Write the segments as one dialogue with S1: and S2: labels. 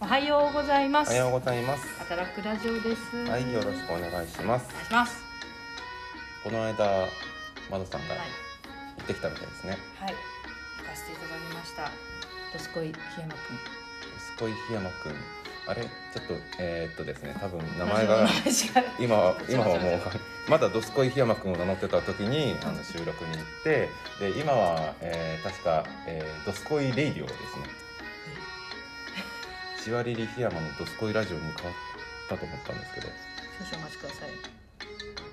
S1: はようございま
S2: お
S1: す
S2: はようございます。
S1: 働くラジオです
S2: はい、よろしくお願いします
S1: お。願いします
S2: この間、まどさん
S1: は
S2: が
S1: い
S2: 行ってきたみたいですね。
S1: はい行かせていただきましたどすこい檜山くん
S2: すこい檜山くん。あれ、ちょっと、えー、っとですね、多分名前が
S1: ラ。ジオの名前が
S2: 今は
S1: すい
S2: 今
S1: ません
S2: はもうまだ「どすこい檜山くん」を名乗ってた時にあの収録に行ってで今は、えー確か「えーどすこいレイディオ」ですね千割り檜山の「どすこいラジオ」に変わったと思ったんですけど
S1: 少々お待ちくだ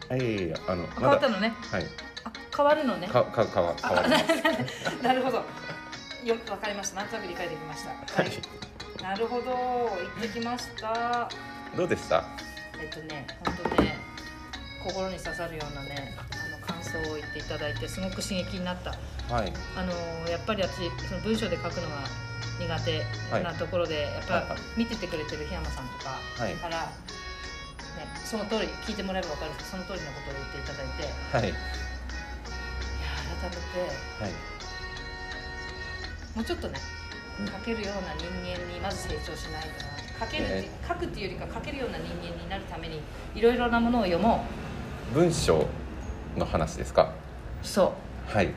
S1: さい
S2: あいやいやいやあの
S1: あ変
S2: ま
S1: わった
S2: だ
S1: のね
S2: はい
S1: あ変わるのね
S2: かかかわ変わります
S1: なるほどよわかりましたなんとなく理解できました
S2: は
S1: はいいなるほど行ってきました
S2: どうでした
S1: えっとね、本当ね、心に刺さるようなね、あの感想を言っていただいて、すごく刺激になった。
S2: はい
S1: あのやっぱり私、その文章で書くのが苦手なところで、やっ
S2: はいは
S1: ぱ
S2: い
S1: 見ててくれてる檜山さんとか
S2: はい
S1: から、ね、その通り聞いてもらえばわかるんですけど、その通りのことを言っていただいて、いや
S2: はい
S1: 改めて
S2: はい
S1: もうちょっとね
S2: うん。
S1: 書けるような人間にまず成長しないとな書けるって
S2: え
S1: 書くっていうよりか書けるような人間になるためにいろいろなものを読も
S2: 文章の話ですか
S1: うそう
S2: はい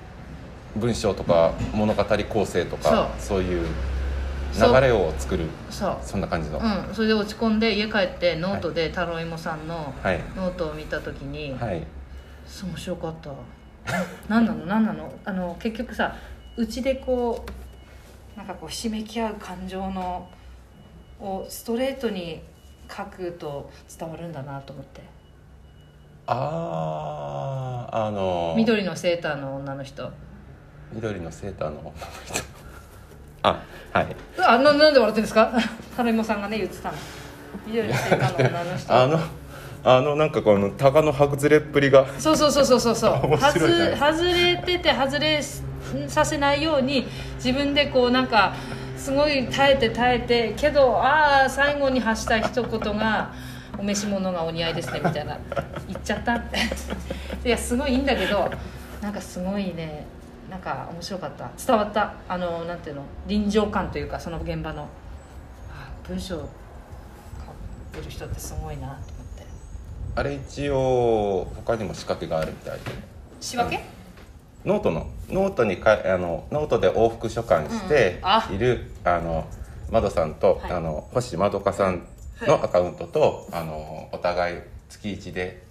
S2: 文章とか物語構成とかそういう
S1: そう
S2: 流れを作る
S1: そう
S2: そんな感じの、は
S1: うん、それで落ち込んで家帰ってノートでタロイモさんの
S2: い
S1: ノートを見た時に、
S2: はい
S1: そう面白かった何なの何なのあの結局さうちでこうなんかこうひしめき合う感情のをストレートに書くと伝わるんだなと思って
S2: あああの
S1: 緑のセーターの女の人
S2: 緑のセーターの 女の人あはい
S1: あななんで笑ってんですか タロイモさんがね言ってたの緑のセーターの女の人
S2: あのあのなんかこの鷹のはずれっぷりが
S1: そうそうそうそうそうそう
S2: 面
S1: は
S2: 白い
S1: ず
S2: じゃないですか
S1: 外れてて外れさせないように自分でこうなんかすごい耐えて耐えてけどああ最後に発した一言が「お召し物がお似合いですね」みたいな「言っちゃった」って いやすごいいいんだけどなんかすごいねなんか面白かった伝わったあのなんていうの臨場感というかその現場のあー文章を書いてる人ってすごいなと思って
S2: あれ一応他にも仕掛けがあるみたいで
S1: 仕分け、
S2: ノートのノートにかあのノートで往復書簡して
S1: うんあ
S2: いる、あのまどさんと、
S1: はい
S2: あの星まどかさん
S1: は
S2: のアカウントと、あのお互い月一で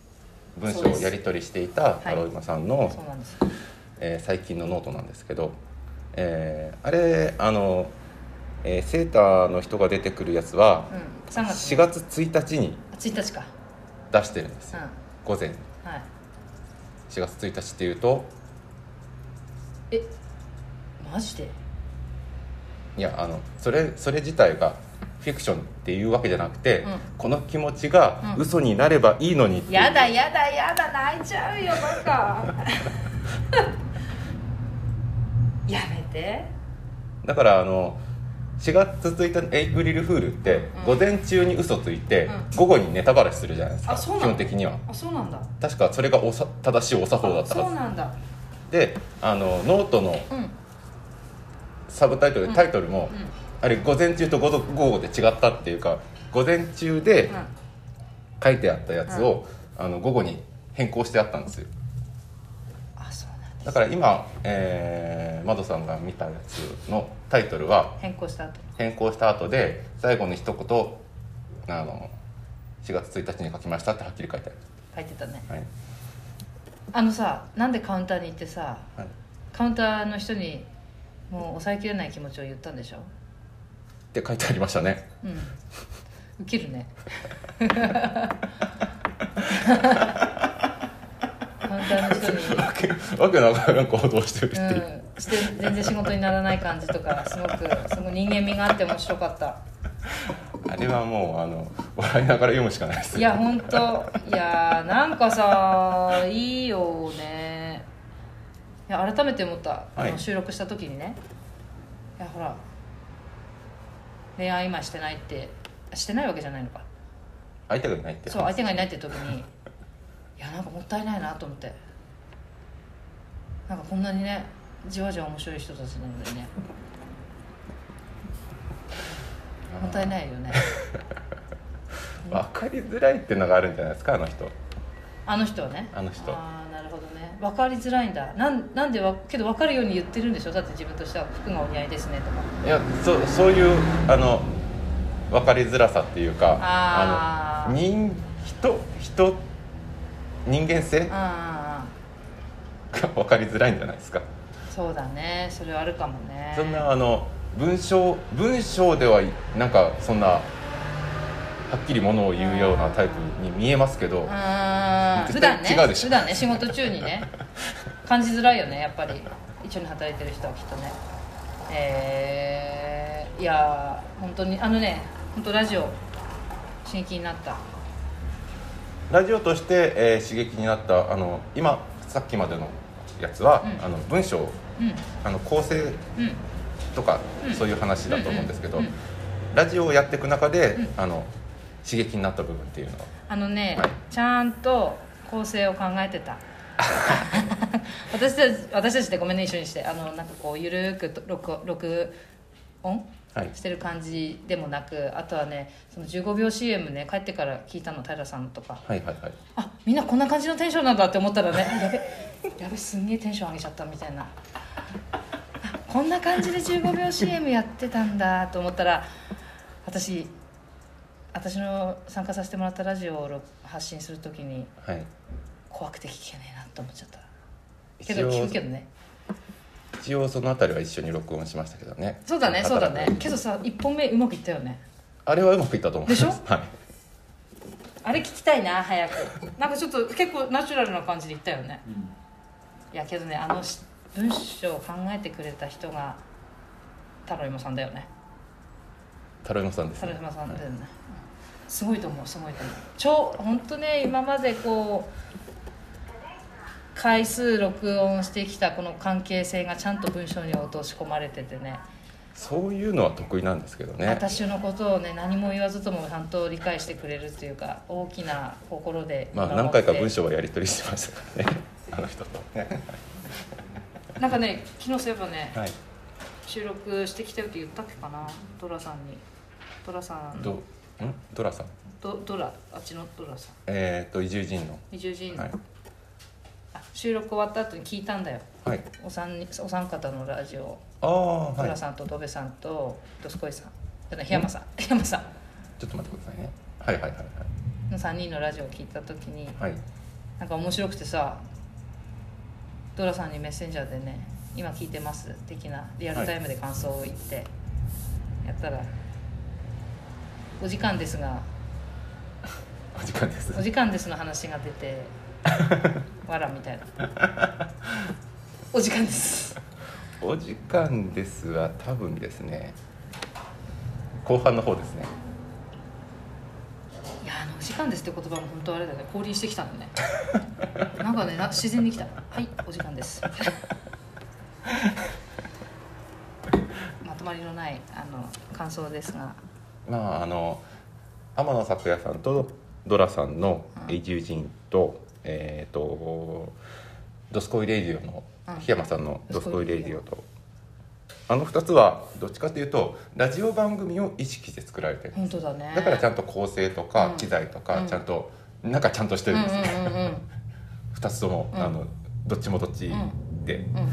S2: 文章
S1: そうで
S2: を
S1: す
S2: やり取りしていたタロイマさんの、
S1: そうなんです
S2: えー最近のノートなんですけど、えーあれあの、えーセーターの人が出てくるやつは
S1: うん、3月
S2: 4月1日に
S1: あ1日か、
S2: 出してるんです
S1: うん
S2: よ、午前
S1: はい、
S2: 4月1日っていうと
S1: えマジで
S2: いやあのそれそれ自体がフィクションっていうわけじゃなくて、
S1: うん
S2: この気持ちが
S1: うん
S2: 嘘になればいいのにっていう
S1: やだやだやだ泣いちゃうよバ カやめて
S2: だからあの4月1日エイプリルフールって、
S1: うん
S2: 午前中に嘘ついて、
S1: うん
S2: 午後にネタバレするじゃないですか
S1: あそう
S2: 基
S1: なの
S2: 本的には
S1: あそうなんだ
S2: 確かそれがおさ正しいお作法だ
S1: あ
S2: った
S1: そう
S2: は
S1: なんだ
S2: ずであのノートの
S1: うんうん
S2: サブタイトル、タイトルも、あれ午前中と午後午後で違ったっていうか午前中で書いてあったやつを、あの午後に変更してあったんですよ
S1: あそうなんだ
S2: だから今、えー、マドさんが見たやつのタイトルは
S1: 変更した後
S2: 変更した後で最後に一言あの4月1日に書きましたってはっきり書いて
S1: 書いてたね
S2: ある、はい
S1: あのさなんでカウンターに行ってさ
S2: はい、
S1: カウンターの人にもう抑えきれない気持ちを言ったんでしょ
S2: って書いてありましたね
S1: うんウケるねカウンターの人に、
S2: わけわけのわからん行動してるっていう、
S1: うん、して全然仕事にならない感じとかすごくすごい人間味があって面白かった
S2: あれはもうあの笑いながら読むしかないです
S1: いや本当いやーなんかさいいよねいや改めて思った、あ
S2: は
S1: の
S2: い
S1: 収録した時にねいやほら恋愛今してないってしてないわけじゃないのか
S2: 相手がいないって
S1: そう相手がいないって時にいやなんかもったいないなと思ってなんかこんなにねじわじわ面白い人たちなのでねもったいないよ ね
S2: 分かりづらいっていうのがあるんじゃないですかあの人
S1: あの人はね
S2: あの人
S1: ああなるほどね分かりづらいんだなんなんでわけど分かるように言ってるんでしょだって自分としては服がお似合いですねと か
S2: いやそそういうあの分かりづらさっていうか
S1: あー
S2: の人人人人間性
S1: あ
S2: が分かりづらいんじゃないですか、
S1: あそうだねそれはあるかもね
S2: そんなあの文章文章ではいなんかそんなはっきりものを言うようなタイプに見えますけど
S1: あー普
S2: 絶
S1: 段
S2: 対
S1: ね
S2: 違うでしょ
S1: 普段ね仕事中に ね感じづらいよねやっぱり一緒に働いてる人はきっとねえーいやー本当にあのね本当ラジオ刺激になった
S2: ラジオとして、えー刺激になったあの今さっきまでのやつは、
S1: うん
S2: あの文章
S1: うん
S2: あの構成
S1: うん
S2: とか、
S1: うん
S2: そういう話だと思うんですけど、
S1: うんうんうん
S2: ラジオをやっていく中で、
S1: うん
S2: あの刺激になった部分っていうのは
S1: あのね、
S2: はい
S1: ちゃんと構成を考えて た私たち私たちでごめんね一緒にしてあのなんかこうゆるーくと録録音
S2: はい
S1: してる感じでもなくあとはねその15秒 CM ね帰ってから聞いたの平さんのとか
S2: はいはいはい
S1: あみんなこんな感じのテンションなんだって思ったら ねやべやべすんげえテンション上げちゃったみたいなあこんな感じで15秒 CM やってたんだと思ったら私私の参加させてもらったラジオを録発信するときに
S2: はい
S1: 怖くて聞けねえなと思っちゃったけど聞くけどね
S2: 一応その辺りは一緒に録音しましたけどね
S1: そうだねそうだね
S2: 働く
S1: けどさ1本目うまくいったよね
S2: あれはうまくいったと思います
S1: でしょ
S2: はい
S1: あれ聞きたいな 早くなんかちょっと結構ナチュラルな感じで言ったよね、いやけどねあのし文章を考えてくれた人がタロイモさんだよね
S2: タロイモさんです
S1: タロイ
S2: ね
S1: モさんだよね、うんすごいと思うすごいと思う超本当ね今までこう回数録音してきたこの関係性がちゃんと文章に落とし込まれててね
S2: そういうのは得意なんですけどね
S1: 私のことをね何も言わずともちゃんと理解してくれるっていうか大きな心で
S2: まあ
S1: 見守
S2: 何
S1: って
S2: 回か文章はやり取りしてましたからね あの人とね
S1: なんかね昨日そういえばね
S2: はい
S1: 収録してきたよって言ったっけかなドラさんにドラさん
S2: どんドラさん
S1: ドドラあっちのドラさん
S2: えー、っと移住人の
S1: 二重人、
S2: はい
S1: あ収録終わった後に聞いたんだよ
S2: はい
S1: お三人お三方のラジオを
S2: ああ
S1: ド
S2: はい
S1: ラさんとドベさんとドスコイさんじゃない檜山さん檜山さ
S2: ちょっと待ってくださいねはいはいはい
S1: んの三人のラジオを聞いた時に
S2: はいはい
S1: なんか面白くてさドラさんにメッセンジャーでね「今聞いてます」的なリアルタイムで感想を言って、やったら「お時間ですが
S2: お時間です
S1: お時間です」の話が出 てわらみたいな「お時間です
S2: お時間ですは多分ですね後半の方ですね」
S1: いやあの「お時間です」って言葉も本当あれだよね降臨してきたのねなんかねな自然に来た「はいお時間 です」まとまりのないあの感想ですが
S2: まああの天野咲也さんとドラさんの
S1: うん
S2: 永住人と、えっ、とドスコイレディオの
S1: うん
S2: 檜山さんのドスコイレディオとあの2つはどっちかというとラジオ番組を意識して作られてる
S1: 本当だね
S2: だからちゃ
S1: ん
S2: んと構成とか
S1: うん
S2: 機材とか
S1: うん
S2: ちゃんとなんかちゃんとしてるんですね、
S1: うんうんうん
S2: 2つとも、
S1: うん
S2: あのどっちもどっちで、
S1: うんうん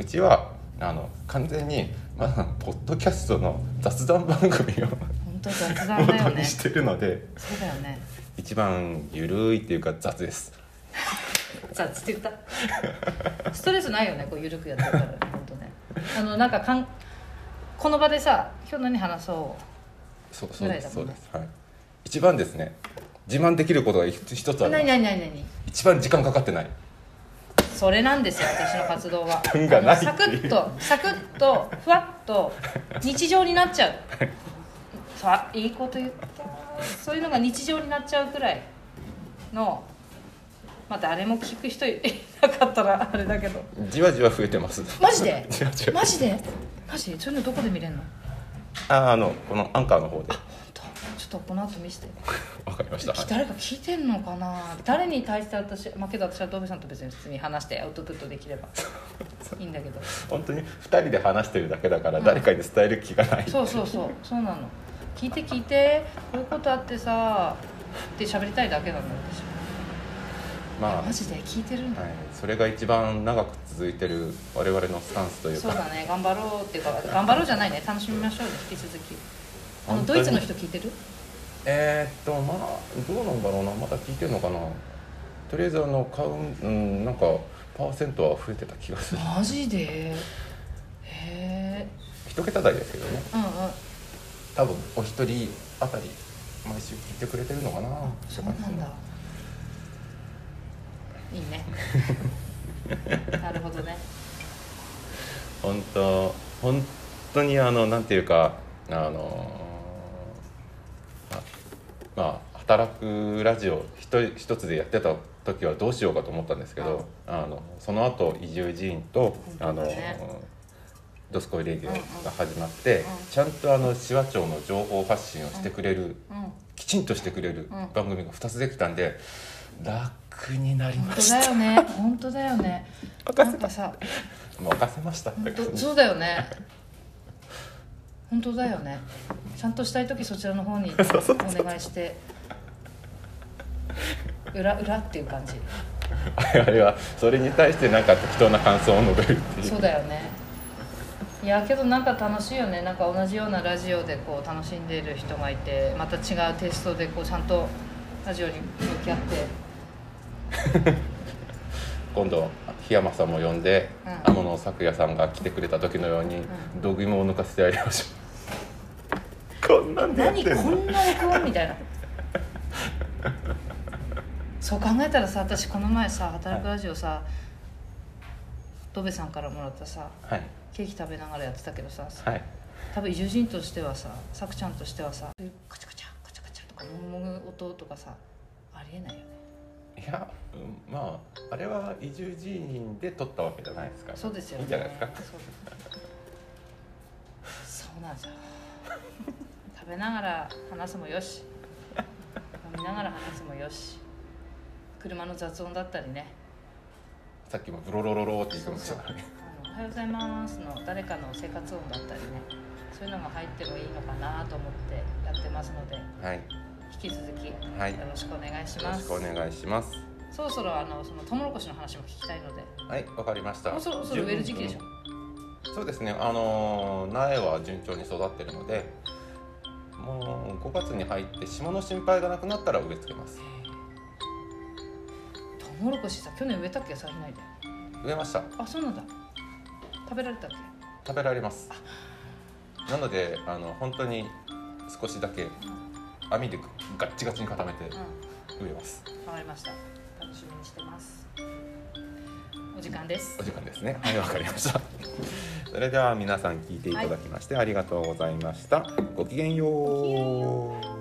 S2: うちはあの完全に、まあ、ポッドキャストの雑談番組を
S1: 本当雑談 だよ
S2: 元
S1: ね
S2: に
S1: そ
S2: してるので
S1: うだよね
S2: 一番ゆるいっていうか雑です
S1: 雑って言ったストレスないよねこう緩くやってるから本当ねあのなんかかんこの場でさ今日何話そ
S2: そうそうですそ
S1: ぐ
S2: う
S1: らいだもんね
S2: です、はい、一番ですね自慢できることが一一つ
S1: う
S2: あ
S1: 何
S2: る
S1: 何何何
S2: 一番時間かかってない
S1: それなんですよ私の活動は
S2: 分がない
S1: あのサクッとサクッとふわっと日常になっちゃうさいいこと言ったそういうのが日常になっちゃうくらいのまあ誰も聞く人い なかったらあれだけど
S2: じわじわ増えてます
S1: マジで
S2: じわじわ
S1: マジでマジそういうのどこで見れるの
S2: ああのこのアンカーの方で
S1: ちょっとこの後見せて
S2: わかりました、はい
S1: 誰か聞いてんのかな誰に対して私まあけど私はドベさんと別に普通に話してアウトプットできれ ばいいんだけど
S2: 本当に2人で話してるだけだから誰かに伝える気がない、
S1: そうそうそうそうなの聞いて聞いてこういうことあってさって喋りたいだけなの私
S2: まあ
S1: マジで聞いてるんだ、
S2: はい、それが一番長く続いてる我々のスタンスという
S1: そう
S2: か
S1: だね頑張ろうっていうか頑張ろうじゃないね楽しみましょうね引き続きあの
S2: 本当
S1: ド
S2: に
S1: イツの人聞いてる
S2: えーっとまあどうなんだろうなまだ聞いてるのかなとりあえずあの買ううんなんかパーセントは増えてた気がする
S1: マジでへえ
S2: 一桁台ですけどね
S1: うんうん
S2: 多分お一人あたり毎週聞いてくれてるのかな
S1: そうなんだいい ねなるほどね
S2: 本当本当にあのなんていうかあのあまあ働くラジオ一人一つでやってた時はどうしようかと思ったんですけどあのその後移住寺院と、あ
S1: 本当
S2: の
S1: だね
S2: ドスコイレディ
S1: うんうん
S2: オが始まって、
S1: ん
S2: ちゃんとあの紫波町の情報発信をしてくれる、
S1: うん本
S2: きちんとしてくれる
S1: うん
S2: 番組が2つできたんで楽になりま
S1: 当
S2: し
S1: だ
S2: た
S1: よね本当だよねなんかさ
S2: 任せました
S1: 本当そうだよね本当だよねちゃんとしたい時 そちらの方にお願いして裏裏っていう感じ
S2: 我々はそれに対してなんか適当な感想を述べるっていう
S1: そうだよねいやけどなんか楽しいよねなんか同じようなラジオでこう楽しんでいる人がいてまた違うテイストでこうちゃんとラジオに向き合って
S2: 今度檜山さんも呼んで、
S1: うん
S2: 天野咲也さんが来てくれた時のように度肝を抜かせてやりましょうこんなんでやっ
S1: 何
S2: てん
S1: こ
S2: の
S1: んな録音みたいなそう考えたらさ私この前さ働くラジオさドベさんからもらったさ
S2: はい
S1: ケーキ食べながらやってたけどさ
S2: はい
S1: 多分友人としてはささくちゃんとしてはさカチャカチャカチャカチャとかもぐもぐ音とかさありえないよね
S2: いや、うんまああれは移住人員で撮ったわけじゃないですから
S1: そうですよね
S2: いいんじゃないですか
S1: そうそうなんですよ食べながら話すもよし飲みながら話すもよし車の雑音だったりね
S2: さっきもブロロロロって言って
S1: そう
S2: まし
S1: そ
S2: た
S1: う
S2: からね
S1: あの「おはようございます」の誰かの生活音だったりねそういうのも入ってもいいのかなと思ってやってますので
S2: はい
S1: 引き続きよ
S2: はいよ
S1: ろしくお願いし
S2: ろ
S1: ま
S2: し
S1: す、
S2: くお願いします
S1: そろそろあのそのトウモロコシの話も聞きたいので
S2: はいわかりました
S1: もうそろそろ植える時期でしょ
S2: そうですね、あのー苗は順調に育ってるのでもう5月に入って霜の心配がなくなったら植え付けます
S1: トウモロコシさ去年植えたっけさひないで
S2: 植えました
S1: あそうなんだ食べられたっけ
S2: 食べられますなのであの本当に少しだけ網でガッチガチに固めて
S1: う
S2: 植えます
S1: んわかりました楽しみにしてますお時間です
S2: お時間ですねはいわかりました それでは皆さん聞いていただきましてありがとうございました、ごきげんよう